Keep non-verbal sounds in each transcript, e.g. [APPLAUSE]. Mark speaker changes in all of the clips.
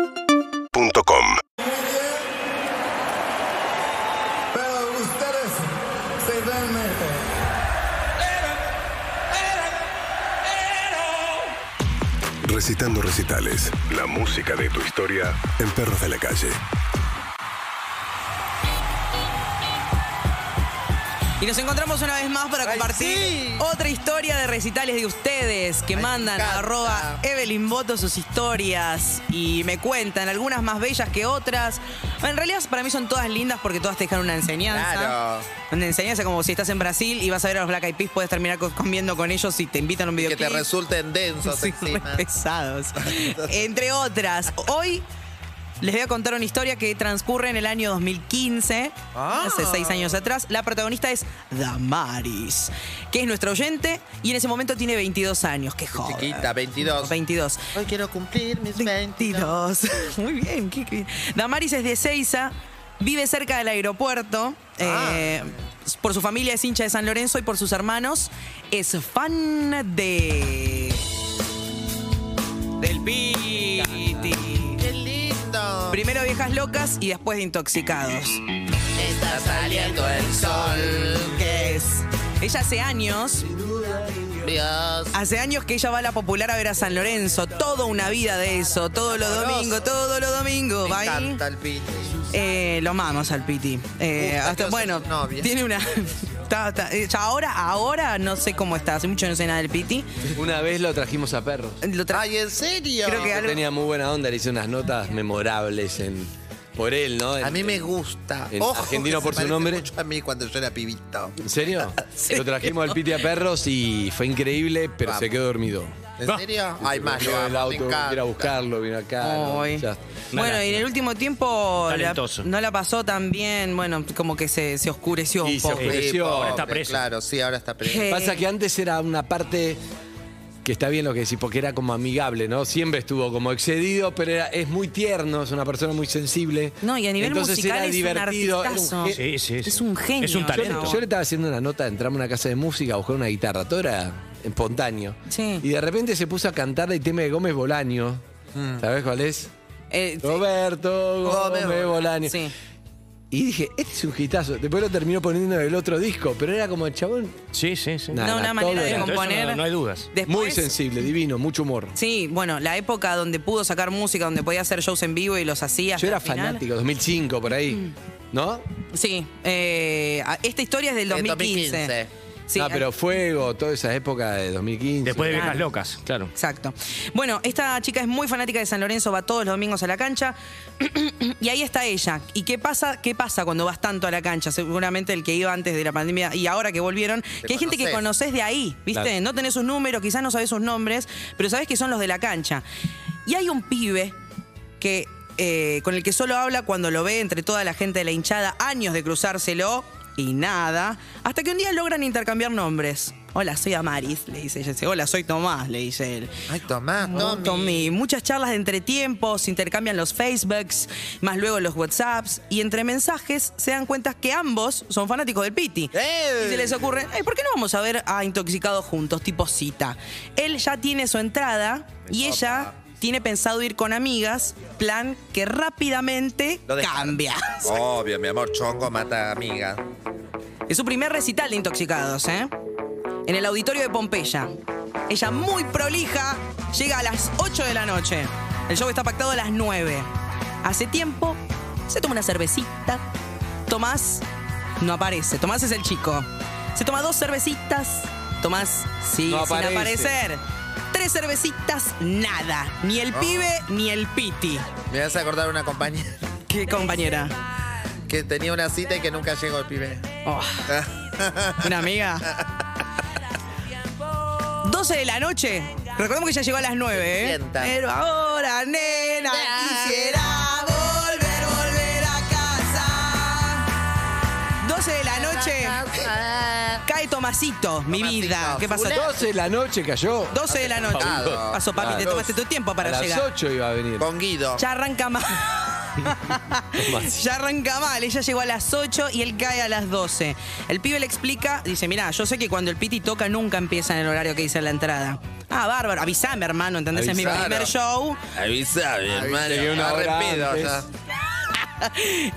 Speaker 1: UrbanaPlayFM.com
Speaker 2: Pero ustedes se dan meta.
Speaker 1: Recitando recitales. La música de tu historia en Perros de la Calle.
Speaker 3: Y nos encontramos una vez más para
Speaker 4: Ay,
Speaker 3: compartir
Speaker 4: sí.
Speaker 3: otra historia de recitales de ustedes que
Speaker 4: Ay,
Speaker 3: mandan
Speaker 4: me encanta.
Speaker 3: a arroba Evelyn Boto sus historias y me cuentan, algunas más bellas que otras. En realidad para mí son todas lindas porque todas te dejan una enseñanza.
Speaker 4: Claro.
Speaker 3: Una enseñanza como si estás en Brasil y vas a ver a los Black Eyed Peas, puedes terminar co- comiendo con ellos y te invitan a un
Speaker 4: Que
Speaker 3: videoclip.
Speaker 4: te resulten densos
Speaker 3: Sí, re
Speaker 4: encima.
Speaker 3: pesados.
Speaker 4: [LAUGHS]
Speaker 3: Entre otras, hoy les voy a contar una historia que transcurre en el año 2015,
Speaker 4: Ah.
Speaker 3: hace seis años atrás. La protagonista es Damaris, que es nuestra oyente y en ese momento tiene 22 años. Qué joven.
Speaker 4: Chiquita, 22.
Speaker 3: 22.
Speaker 4: Hoy quiero cumplir mis 22.
Speaker 3: 22. [LAUGHS] Muy bien, qué- qué- Damaris es de Ezeiza, vive cerca del aeropuerto.
Speaker 4: Ah.
Speaker 3: eh, por su familia es hincha de San Lorenzo y por sus hermanos es fan de. Del Piti.
Speaker 4: ¡Qué lindo!
Speaker 3: Primero viejas locas y después de intoxicados.
Speaker 4: Está saliendo el sol.
Speaker 3: ¿Qué es? Ella hace años,
Speaker 4: Dios.
Speaker 3: hace años que ella va a la popular a ver a San Lorenzo. Toda una vida de eso. Todos los
Speaker 4: Amoroso.
Speaker 3: domingos, todos los domingos.
Speaker 4: Me
Speaker 3: va ahí.
Speaker 4: encanta el piti.
Speaker 3: Eh, lo amamos al Piti. Eh,
Speaker 4: Gusta
Speaker 3: hasta,
Speaker 4: que
Speaker 3: bueno,
Speaker 4: sea su novia.
Speaker 3: tiene una. [LAUGHS] está- está- eh, ya ahora, ahora no sé cómo está. Hace mucho no sé nada del Piti.
Speaker 5: Una vez lo trajimos a perros.
Speaker 3: Eh, Lo tra-
Speaker 4: Ay, ¿en serio?
Speaker 3: Creo que algo-
Speaker 5: Tenía muy buena onda, le hice unas notas memorables en, por él, ¿no?
Speaker 4: A mí me gusta.
Speaker 5: en
Speaker 4: Ojo,
Speaker 5: argentino
Speaker 4: que se
Speaker 5: por su
Speaker 4: parece
Speaker 5: nombre.
Speaker 4: mucho a mí cuando yo era pibito.
Speaker 5: ¿En serio?
Speaker 3: [LAUGHS] Sí.
Speaker 5: Lo trajimos al Piti a perros y fue increíble, pero
Speaker 4: Vamos.
Speaker 5: se quedó dormido.
Speaker 4: ¿En serio? Ay, más lo
Speaker 5: Vino
Speaker 4: amo,
Speaker 5: del
Speaker 4: me
Speaker 5: auto, vino
Speaker 4: encanta.
Speaker 5: a buscarlo, vino acá. ¿no?
Speaker 3: Ay.
Speaker 5: Ya.
Speaker 3: Bueno, y en el último tiempo la-
Speaker 6: Talentoso.
Speaker 3: no la pasó tan bien. Bueno, como que se, se oscureció
Speaker 5: Y
Speaker 3: un
Speaker 5: se
Speaker 3: poco.
Speaker 5: oscureció.
Speaker 4: Sí, pobre,
Speaker 6: está preso.
Speaker 4: Claro, sí, ahora está preso.
Speaker 3: Eh.
Speaker 5: Pasa que antes era una parte que está bien lo que decís, porque era como amigable, ¿no? Siempre estuvo como excedido, pero era- es muy tierno, es una persona muy sensible.
Speaker 3: No, y a nivel
Speaker 5: Entonces
Speaker 3: musical
Speaker 5: era
Speaker 3: es un
Speaker 5: divertido. era
Speaker 3: artistazo.
Speaker 5: gen-
Speaker 6: Sí, sí, sí.
Speaker 3: Es un genio.
Speaker 6: Es un talento.
Speaker 3: Pero-
Speaker 5: Yo le estaba haciendo una nota, entramos a una casa de música a buscar una guitarra. Todo era espontáneo.
Speaker 3: Sí.
Speaker 5: Y de repente se puso a cantar el tema de Gómez Bolaño. ¿Sabes cuál es?
Speaker 3: Eh,
Speaker 5: Roberto
Speaker 4: Gómez
Speaker 5: Gómez, Bolaño.
Speaker 3: sí.
Speaker 5: Y dije, este es un hitazo. Después lo terminó poniendo en el otro disco, pero era como, chabón,
Speaker 6: Sí, sí, sí.
Speaker 5: Nah,
Speaker 3: No, una
Speaker 5: todo
Speaker 3: manera de
Speaker 5: era-
Speaker 6: Entonces,
Speaker 3: componer.
Speaker 6: no- no hay dudas.
Speaker 3: Después-
Speaker 5: muy sensible, divino, mucho humor.
Speaker 3: Sí, bueno, la época donde pudo sacar música, donde podía hacer shows en vivo y los hacía. hasta
Speaker 5: Yo era
Speaker 3: el final. Mm.
Speaker 5: fanático, 2005 por ahí. ¿No?
Speaker 3: Sí, eh, a- esta historia es del
Speaker 4: Del
Speaker 3: 2015.
Speaker 4: 2015.
Speaker 3: Sí,
Speaker 5: ah, pero Fuego, toda esa época de 2015.
Speaker 6: Después de Viejas Locas, claro.
Speaker 3: Exacto. Bueno, esta chica es muy fanática de San Lorenzo, va todos los domingos a la cancha. [CLEARS THROAT] y ahí está ella. ¿Y qué pasa? ¿Qué pasa cuando vas tanto a la cancha? Seguramente el que iba antes de la pandemia y ahora que volvieron, que hay gente que conoces de ahí, ¿viste?
Speaker 5: Claro.
Speaker 3: No tenés sus números, quizás no sabés sus nombres, pero sabés que son los de la cancha. Y hay un pibe que eh, con el que solo habla cuando lo ve entre toda la gente de la hinchada, años de cruzárselo y nada, hasta que un día logran intercambiar nombres. Hola, soy Amaris, le dice ella. Dice, Hola, soy Tomás, le dice él.
Speaker 4: Ay, Tomás,
Speaker 3: No,
Speaker 4: Tommy.
Speaker 3: Tommy. Muchas charlas de entretiempos, se intercambian los Facebooks, más luego los WhatsApps, y entre mensajes se dan cuenta que ambos son fanáticos del Piti.
Speaker 4: ¡Eh!
Speaker 3: Y se les ocurre, "Ay, ¿por qué no vamos a ver a Intoxicados juntos, tipo cita? Él ya tiene su entrada y ella tiene pensado ir con amigas, plan que rápidamente
Speaker 4: Lo dejaron.
Speaker 3: cambia.
Speaker 4: Obvio, mi amor, chongo mata amiga.
Speaker 3: Es su primer recital de Intoxicados, ¿eh? En el auditorio de Pompeya. Ella muy prolija, llega a las 8 de la noche. El show está pactado a las 9. Hace tiempo se toma una cervecita. Tomás no aparece. Tomás es el chico. Se toma dos cervecitas. Tomás sigue
Speaker 5: No
Speaker 3: sin
Speaker 5: aparece.
Speaker 3: aparecer. Tres cervecitas, nada. Ni
Speaker 5: Ah.
Speaker 3: el pibe ni el piti.
Speaker 4: Me vas a acordar una compañera
Speaker 3: Qué compañera.
Speaker 4: que tenía una cita y que nunca llegó el pibe.
Speaker 3: Oh. Una amiga. 12 de la noche. Recordemos que ya llegó a las 9, ¿eh?
Speaker 4: Sienta.
Speaker 3: Pero ahora, nena, quisiera volver, volver a casa. 12 de la noche.
Speaker 4: Ah.
Speaker 3: Cae Tomasito, mi
Speaker 4: Tomasito,
Speaker 3: vida. ¿Qué pasó?
Speaker 4: fulano.
Speaker 5: 12 de la noche cayó.
Speaker 3: 12 de la noche.
Speaker 4: Claro.
Speaker 3: Pasó, papi, te
Speaker 5: Claro.
Speaker 3: tomaste tu tiempo
Speaker 5: a
Speaker 3: para
Speaker 5: las
Speaker 3: llegar.
Speaker 5: 8 iba a venir.
Speaker 4: Con Guido.
Speaker 3: Ya arranca mal. ya arranca mal. Ella llegó a las 8 y él cae a las 12. El pibe le explica, dice, mira, yo sé que cuando el piti toca nunca empieza en el horario que dice la entrada. Ah, bárbaro. Avisame, hermano, ¿entendés? Es mi
Speaker 4: Avisalo.
Speaker 3: primer show.
Speaker 4: Avisa, mi hermano.
Speaker 5: que una hora
Speaker 4: Arrepido,
Speaker 5: antes.
Speaker 4: ya.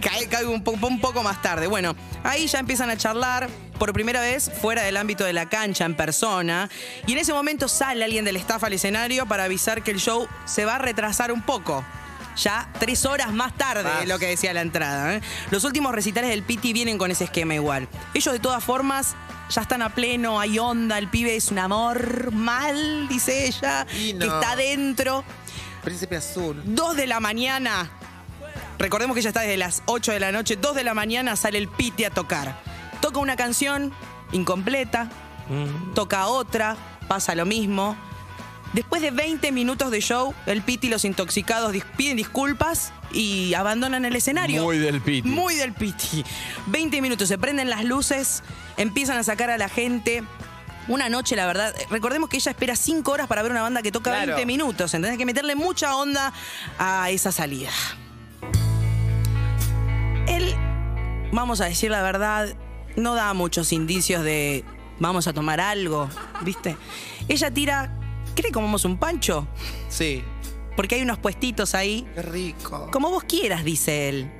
Speaker 3: Cae, cae un, po- un poco más tarde. Bueno, ahí ya empiezan a charlar por primera vez fuera del ámbito de la cancha, en persona. Y en ese momento sale alguien del staff al escenario para avisar que el show se va a retrasar un poco. Ya tres horas más tarde,
Speaker 4: Más.
Speaker 3: lo que decía la entrada. ¿eh? Los últimos recitales del Piti vienen con ese esquema igual. Ellos, de todas formas, ya están a pleno, hay onda, el pibe es un amor mal, dice ella,
Speaker 4: Y
Speaker 3: que
Speaker 4: no.
Speaker 3: está dentro.
Speaker 4: Príncipe Azul.
Speaker 3: 2 de la mañana. Recordemos que ya está desde las 8 de la noche. 2 de la mañana sale el Piti a tocar. Toca una canción incompleta,
Speaker 5: Mm.
Speaker 3: toca otra, pasa lo mismo. Después de 20 minutos de show, el Piti y los intoxicados dis- piden disculpas y abandonan el escenario.
Speaker 5: Muy del Piti.
Speaker 3: Muy del Piti. 20 minutos, se prenden las luces, empiezan a sacar a la gente. Una noche, la verdad, recordemos que ella espera 5 horas para ver una banda que toca
Speaker 4: Claro.
Speaker 3: 20 minutos, entonces hay que meterle mucha onda a esa salida. Él, vamos a decir la verdad, no da muchos indicios de vamos a tomar algo, ¿viste? Ella tira, ¿cree que comamos un pancho?
Speaker 4: Sí.
Speaker 3: Porque hay unos puestitos ahí.
Speaker 4: Qué rico.
Speaker 3: Como vos quieras, dice él.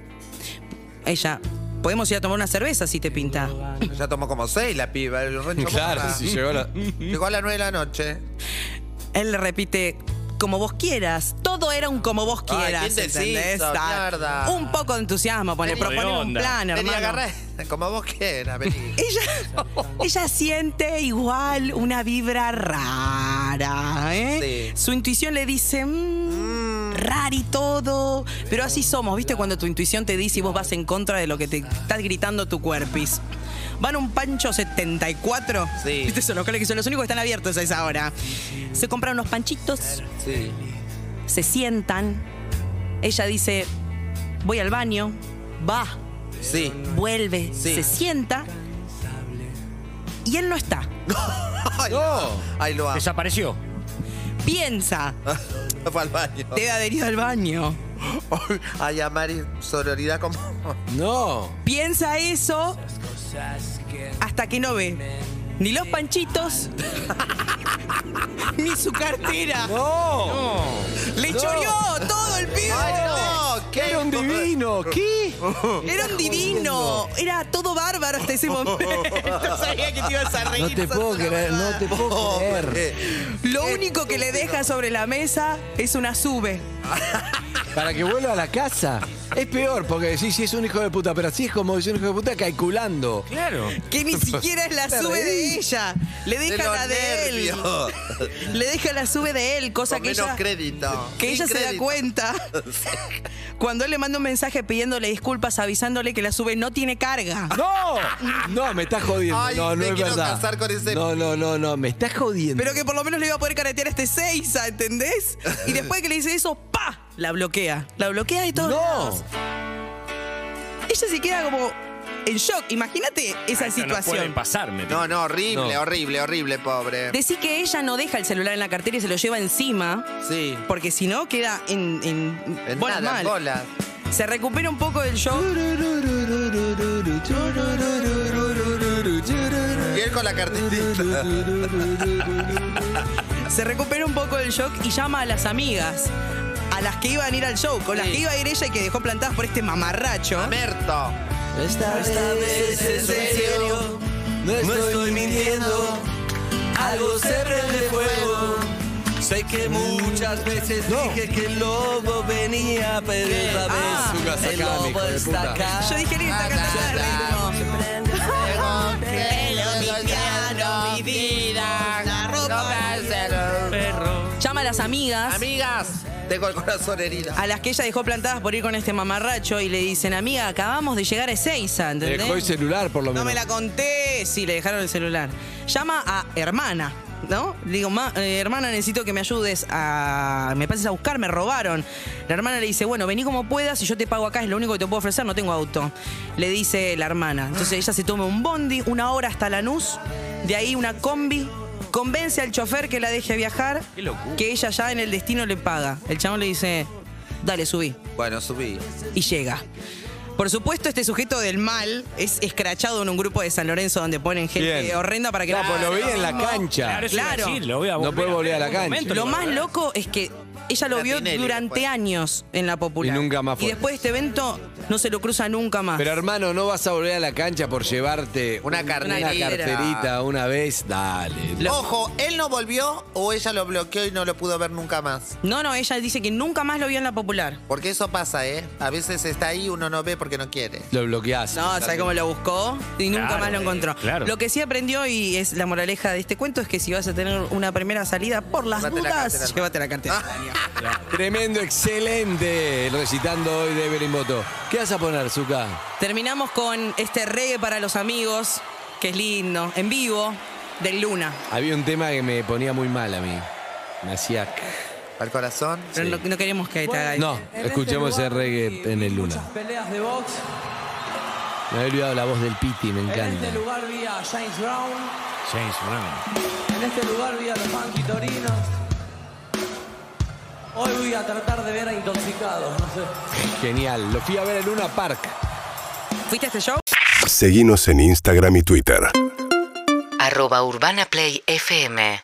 Speaker 3: Ella, podemos ir a tomar una cerveza si te pinta.
Speaker 4: Ya tomó como seis la piba. El rancho
Speaker 5: Claro,
Speaker 4: Boca.
Speaker 5: si llegó la.
Speaker 4: Llegó a las nueve de la noche.
Speaker 3: Él le repite, como vos quieras. Todo era un como vos
Speaker 4: Ay,
Speaker 3: quieras,
Speaker 4: qué indeciso,
Speaker 3: ¿entendés? Ah,
Speaker 4: mierda.
Speaker 3: Un poco de entusiasmo, pone,
Speaker 4: Vení,
Speaker 3: propone
Speaker 6: de
Speaker 3: un
Speaker 6: onda.
Speaker 3: plan,
Speaker 4: Vení,
Speaker 3: hermano.
Speaker 4: agarré. [LAUGHS] Como vos quieras, vení.
Speaker 3: Ella, ella siente igual una vibra rara, ¿eh?
Speaker 4: Sí. Mm.
Speaker 3: Su intuición le dice, mmm, raro y todo, pero así somos, ¿viste? Cuando tu intuición te dice y vos vas en contra de lo que te estás gritando tu cuerpis. Van a un pancho 74.
Speaker 4: Sí.
Speaker 3: ¿Viste? Son los locales que son los únicos que están abiertos a esa hora. Se compran unos panchitos,
Speaker 4: Sí.
Speaker 3: se sientan. Ella dice, voy al baño, va,
Speaker 4: Sí.
Speaker 3: vuelve,
Speaker 4: Sí.
Speaker 3: se sienta. Y él no está.
Speaker 4: Ay, no. Ay, lo amo.
Speaker 6: Desapareció.
Speaker 3: Piensa,
Speaker 4: [LAUGHS] Fue al baño.
Speaker 3: debe haber ido al baño.
Speaker 4: [LAUGHS] Ay, a Mari, sororidad como.
Speaker 5: No.
Speaker 3: Piensa eso hasta que no ve ni los panchitos [LAUGHS] ni su cartera.
Speaker 5: No.
Speaker 3: Le
Speaker 5: No.
Speaker 3: choreó todo el pibe.
Speaker 4: Ay, no. Qué
Speaker 5: Era un divino. ¿Qué?
Speaker 3: Era un divino, era todo bárbaro hasta ese momento. No sabía que te ibas a reír.
Speaker 5: No te
Speaker 3: sos
Speaker 5: puedo
Speaker 3: una
Speaker 5: creer, no
Speaker 4: [LAUGHS]
Speaker 5: te puedo
Speaker 4: Oh,
Speaker 5: creer.
Speaker 4: Hombre.
Speaker 3: Lo único que le deja sobre la mesa es una sube.
Speaker 5: Para que vuelva a la casa. Es peor, porque decís si es un hijo de puta, pero así es como es un hijo de puta calculando.
Speaker 6: Claro.
Speaker 3: Que ni
Speaker 4: [LAUGHS]
Speaker 3: siquiera es la
Speaker 5: Te
Speaker 3: sube de
Speaker 5: reí.
Speaker 3: ella. Le deja
Speaker 4: De
Speaker 3: la
Speaker 4: los
Speaker 3: de [LAUGHS] él.
Speaker 4: nervios.
Speaker 3: Le deja la sube de él, cosa
Speaker 4: Con
Speaker 3: que
Speaker 4: menos
Speaker 3: ella,
Speaker 4: crédito.
Speaker 3: que
Speaker 4: Sin
Speaker 3: ella se da
Speaker 4: crédito. [LAUGHS]
Speaker 3: cuenta cuando él le manda un mensaje pidiéndole disculpas, avisándole que la sube no tiene carga.
Speaker 5: ¡No! No, me estás jodiendo.
Speaker 4: Ay,
Speaker 5: no, no
Speaker 4: me
Speaker 5: es
Speaker 4: quiero
Speaker 5: verdad.
Speaker 4: casar con ese-
Speaker 5: No, no, no, no, me estás jodiendo.
Speaker 3: Pero que por lo menos le iba a poder caretear a este Seiza, ¿entendés? Y después que le dice eso, ¡pa! La bloquea. La bloquea de todos lados.
Speaker 5: No.
Speaker 3: Ella se queda como en shock. Imagínate esa
Speaker 6: Esto No puede
Speaker 3: situación.
Speaker 6: pasarme.
Speaker 4: No, no, horrible,
Speaker 5: No.
Speaker 4: horrible, horrible, pobre.
Speaker 3: Decí que ella no deja el celular en la cartera y se lo lleva encima,
Speaker 4: Sí.
Speaker 3: porque si no queda en, en,
Speaker 4: En
Speaker 3: bolas
Speaker 4: nada,
Speaker 3: mal.
Speaker 4: en bolas.
Speaker 3: Se recupera un poco del show.
Speaker 4: Y él con la cartelita.
Speaker 3: Se recupera un poco del shock y llama a las amigas, a las que iban a ir al show, con las
Speaker 4: Sí.
Speaker 3: que iba a ir ella y que dejó plantadas por este mamarracho.
Speaker 4: Merto.
Speaker 5: Esta vez es en serio. No estoy mintiendo. Algo se prende fuego. Sé que muchas veces dije que el lobo venía, pero esta vez
Speaker 3: Ah.
Speaker 5: el lobo está acá.
Speaker 3: Yo dije, "Alguien está cantando al ritmo". Llama a las amigas,
Speaker 4: Amigas, tengo el corazón herido.
Speaker 3: a las que ella dejó plantadas por ir con este mamarracho y le dicen, amiga, acabamos de llegar a Ezeiza,
Speaker 5: Le
Speaker 3: ¿entendés?
Speaker 5: Dejó el celular por lo
Speaker 3: No
Speaker 5: menos.
Speaker 3: me la conté. Sí, le dejaron el celular. Llama a hermana, ¿no? Le digo, "Ma- eh, hermana, necesito que me ayudes a. Me pases a buscar, me robaron. La hermana le dice, bueno, vení como puedas y yo te pago acá, es lo único que te puedo ofrecer, no tengo auto. Le dice la hermana. Entonces ella se toma un bondi, una hora hasta Lanús, de ahí una combi. Convence al chofer que la deje viajar,
Speaker 6: Qué locura.
Speaker 3: que ella ya en el destino le paga. El chabón le dice, dale, subí
Speaker 4: Bueno, subí.
Speaker 3: y llega. Por supuesto, este sujeto del mal es escrachado en un grupo de San Lorenzo donde ponen gente
Speaker 5: Bien.
Speaker 3: horrenda para que
Speaker 5: No,
Speaker 3: la-
Speaker 5: pues lo vi en la
Speaker 3: mismo.
Speaker 5: cancha.
Speaker 6: eso iba a
Speaker 3: Claro.
Speaker 6: decir, lo voy a
Speaker 5: No
Speaker 6: volver
Speaker 5: puede
Speaker 6: a
Speaker 5: volver a la
Speaker 6: ver en algún
Speaker 5: cancha.
Speaker 6: momento,
Speaker 3: Lo más
Speaker 6: voy a ver.
Speaker 3: loco es que ella lo
Speaker 4: La
Speaker 3: vio
Speaker 4: Tinelli,
Speaker 3: durante
Speaker 4: después.
Speaker 3: años en la popular.
Speaker 5: Y nunca más fue.
Speaker 3: Y después de este evento no se lo cruza nunca más.
Speaker 5: Pero hermano, no vas a volver a la cancha por llevarte
Speaker 4: Una
Speaker 5: un-
Speaker 4: carterita.
Speaker 5: una carterita una vez. Dale.
Speaker 4: Ojo, ¿él no volvió o ella lo bloqueó y no lo pudo ver nunca más?
Speaker 3: No, no, ella dice que nunca más lo vio en la popular.
Speaker 4: Porque eso pasa, ¿eh? A veces está ahí y uno no ve porque no quiere.
Speaker 5: Lo bloqueás.
Speaker 3: No, ¿sabes cómo lo buscó? Y nunca
Speaker 6: Claro,
Speaker 3: más lo encontró.
Speaker 6: eh, claro.
Speaker 3: Lo que sí aprendió y es la moraleja de este cuento es que si vas a tener una primera salida, por las
Speaker 4: Llévate la
Speaker 3: dudas,
Speaker 4: cartera.
Speaker 3: llévate la cartera.
Speaker 5: Tremendo, excelente. el Recitando hoy de Berimboto. ¿Qué vas a poner, Zuka?
Speaker 3: Terminamos con este reggae para los amigos, que es lindo, en vivo, del Luna.
Speaker 5: Había un tema que me ponía muy mal a mí. Me hacía.
Speaker 4: Al corazón.
Speaker 3: Pero no, no queremos que te haga
Speaker 5: No,
Speaker 7: este
Speaker 5: escuchemos el reggae en el Luna.
Speaker 7: peleas de box.
Speaker 5: Me había olvidado la voz del Piti, me
Speaker 7: En este
Speaker 5: encanta.
Speaker 7: lugar vi a James Brown.
Speaker 6: James Brown.
Speaker 7: En este lugar vi a los funky torinos. Hoy voy a tratar de ver a intoxicados. No sé.
Speaker 5: Genial. Lo fui a ver en Luna Park.
Speaker 3: ¿Fuiste a este show?
Speaker 1: Seguinos en Instagram y Twitter.
Speaker 8: arroba urbanaplayfm